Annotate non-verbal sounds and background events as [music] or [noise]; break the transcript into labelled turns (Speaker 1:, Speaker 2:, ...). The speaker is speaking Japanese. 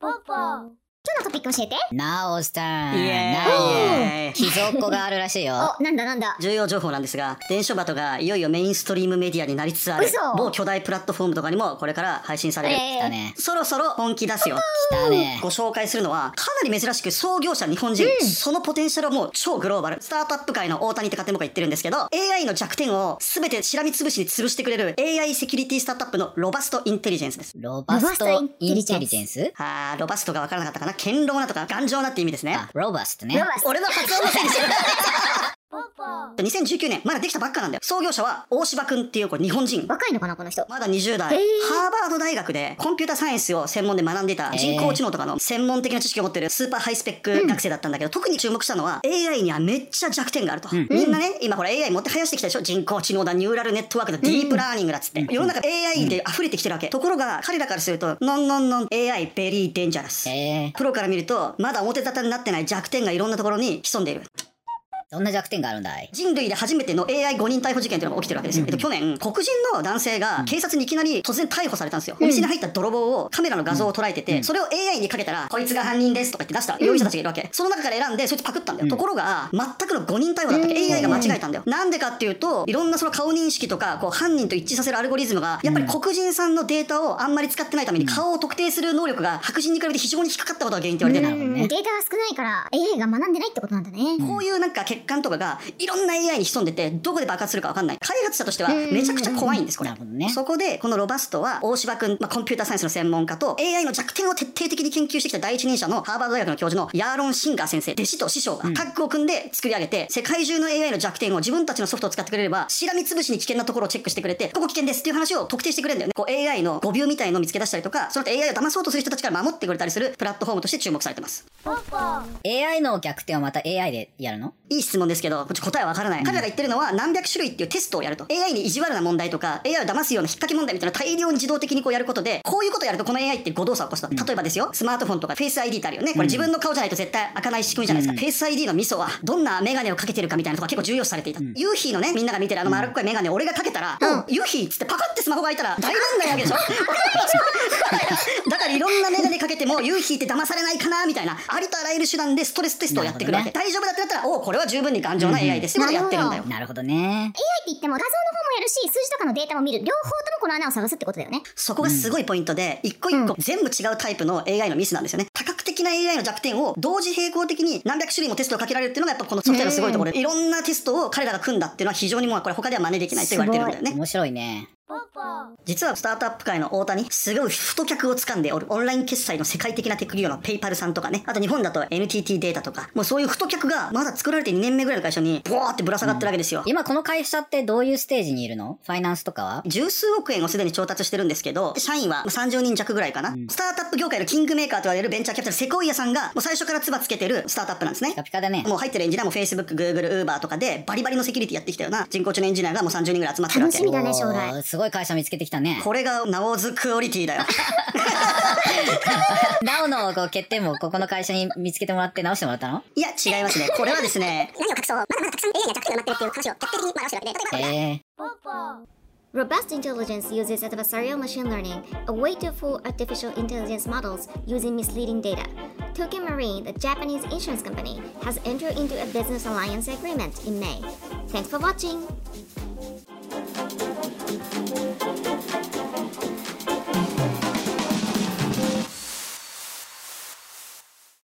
Speaker 1: ポッポ今日のトピック教えて
Speaker 2: なおさん。
Speaker 3: イエ
Speaker 2: な
Speaker 3: ーイ
Speaker 2: お秘蔵っ子があるらしいよ。
Speaker 1: お、なんだなんだ
Speaker 3: 重要情報なんですが、電書バトがいよいよメインストリームメディアになりつつある
Speaker 1: 嘘、
Speaker 3: 某巨大プラットフォームとかにもこれから配信される。
Speaker 1: え
Speaker 2: だね。
Speaker 3: そろそろ本気出すよ。
Speaker 2: だね
Speaker 3: ご。紹介するのは、かなり珍しく創業者日本人、そのポテンシャルをもう超グローバル、スタートアップ界の大谷って勝手もが言ってるんですけど、AI の弱点をすべてしらみつぶしに潰してくれる AI セキュリティスタートアップのロバストインテリジェンスです。
Speaker 2: ロバス
Speaker 1: ロバ
Speaker 2: ト
Speaker 1: スト
Speaker 2: イ
Speaker 1: イ
Speaker 2: ン
Speaker 1: ン
Speaker 2: テ
Speaker 1: テ
Speaker 2: リ
Speaker 1: リ
Speaker 2: ジ
Speaker 1: ジ
Speaker 2: ェ
Speaker 1: ェ
Speaker 2: ンス
Speaker 3: あー、ロバストがわからなかったかな堅牢なとか頑丈なって意味ですね
Speaker 2: あ。、ロバストね
Speaker 1: ロ。バス
Speaker 3: 俺の発音のせいに [laughs] してる。
Speaker 1: ポッポ
Speaker 3: 2019年、まだできたばっかなんだよ。創業者は大柴くんっていうこれ日本人。
Speaker 1: 若いのかなこの人
Speaker 3: まだ20代、
Speaker 1: へー
Speaker 3: ハーバード大学でコンピュータサイエンスを専門で学んでいた
Speaker 2: へー
Speaker 3: 人工知能とかの専門的な知識を持ってるスーパーハイスペック学生だったんだけど、特に注目したのは AI にはめっちゃ弱点があると、みんなね今ほら AI 持って生やしてきたでしょ人工知能だニューラルネットワークだディープラーニングだっつって、世の中 AI で溢れてきてるわけところが彼らからするとノンノンノン AI ベリーデンジャラス
Speaker 2: えー、
Speaker 3: プロから見るとまだ表沙汰になってない弱点がいろんなところに潜んでいる
Speaker 2: どんな弱点があるんだい
Speaker 3: 人類で初めての AI5 人逮捕事件というのが起きてるわけですよ。えっと、去年、黒人の男性が警察にいきなり突然逮捕されたんですよ。お店に入った泥棒をカメラの画像を捉えてて、それを AI にかけたら、こいつが犯人ですとか言って出した容疑者たちがいるわけ。その中から選んで、そいつパクったんだよ。ところが、全くの5人逮捕だったわけ。AI が間違えたんだよ。なんでかっていうと、いろんなその顔認識とか、こう、犯人と一致させるアルゴリズムが、やっぱり黒人さんのデータをあんまり使ってないために、顔を特定する能力が白人に比べて非常に低かったことが原因って言われてる
Speaker 2: なるほどね
Speaker 1: うんデータが少ないから AI が学んでないってことなんだね、
Speaker 3: こういうなんか欠陥とかがいろんな AI に潜んでてどこで爆発するかわかんない開発者としてはめちゃくちゃ怖いんですこれ
Speaker 2: なるほどね
Speaker 3: そこでこのロバストは大柴君、まあ、コンピューターサイエンスの専門家と AI の弱点を徹底的に研究してきた第一人者のハーバード大学の教授のヤーロン・シンガー先生弟子と師匠がタッグを組んで作り上げて世界中の AI の弱点を自分たちのソフトを使ってくれればしらみつぶしに危険なところをチェックしてくれてここ危険ですっていう話を特定してくれるんだよねこう AI の誤謬みたいのを見つけ出したりとかその後 AI を騙そうとする人たちから守ってくれたりするプラットフォームとして注目されてます
Speaker 2: ?AI の逆転をまた AI でやるの
Speaker 3: いい質問ですけど、こっち答えはわからない。彼らが言ってるのは何百種類っていうテストをやると。AI に意地悪な問題とか、AI を騙すような引っ掛け問題みたいなのを大量に自動的にこうやることで、こういうことやるとこの AI って誤動作を起こすと。例えばですよ、スマートフォンとかフェイス ID ってあるよね。これ自分の顔じゃないと絶対開かない仕組みじゃないですか。フェイス ID のミソは、どんなメガネをかけてるかみたいなとか結構重要視されていた。ユーヒーのね、みんなが見てるあの丸っこいメガネ、俺がかけたら、もうユーヒーっつってパカってスマホが開いたら大問題なわけでしょ [laughs] だからいろんなメガネかけても、ユーヒーって騙されないかなみたいな、ありとあらゆる手段でストレステストをやってくるわけ。大丈夫だってなったら、おうこれは十分に頑丈な AI です。ってことをやってるんだよ。
Speaker 2: なるほどね。
Speaker 1: AI って言っても画像の方もやるし数字とかのデータも見る両方ともこの穴を探すってことだよね
Speaker 3: そこがすごいポイントで、一個一個全部違うタイプの AI のミスなんですよね。多角的な AI の弱点を同時並行的に何百種類もテストをかけられるっていうのがやっぱこのソフトウェアのすごいところで、いろんなテストを彼らが組んだっていうのは非常にもうこれ他では真似できないと言われてるんだよね。
Speaker 2: 面白いね。
Speaker 3: 実はスタートアップ界の大谷、すごい太客を掴んでおる。オンライン決済の世界的なテック企業のペイパルさんとかね。あと日本だと NTT データとか。もうそういう太客がまだ作られて2年目ぐらいの会社に、ボワーってぶら下がってるわけですよ。
Speaker 2: 今この会社ってどういうステージにいるのファイナンスとかは
Speaker 3: 十数億円をすでに調達してるんですけど、社員は30人弱ぐらいかな。スタートアップ業界のキングメーカーと言われるベンチャーキャピタル、セコイアさんが、もう最初から唾つけてるスタートアップなんですね
Speaker 2: ピ。カピカだね。
Speaker 3: もう入ってるエンジニアも Facebook、Google、Uber とかでバリバリのセキュリティやってきたような人工知能エンジニアがもう30人ぐらい集まってるわけ。
Speaker 1: 楽しみだね将来
Speaker 2: おーすごい会社見つけてきたね。
Speaker 3: これがナオズクオリティだよ。
Speaker 2: なおのこう欠点もここの会社に見つけてもらって直してもらったの
Speaker 3: いや、違いますね。これはですね、
Speaker 1: 何を隠そうまだまだたくさん AI が弱点が待ってるっていう話を徹底的に表してるわけで例えば
Speaker 2: え
Speaker 4: Robust
Speaker 2: ー、
Speaker 4: intelligence uses adversarial machine learning, a way to fool artificial intelligence models using misleading data. Tokio Marine, the Japanese insurance company, has entered into a business alliance agreement in May. Thanks for watching!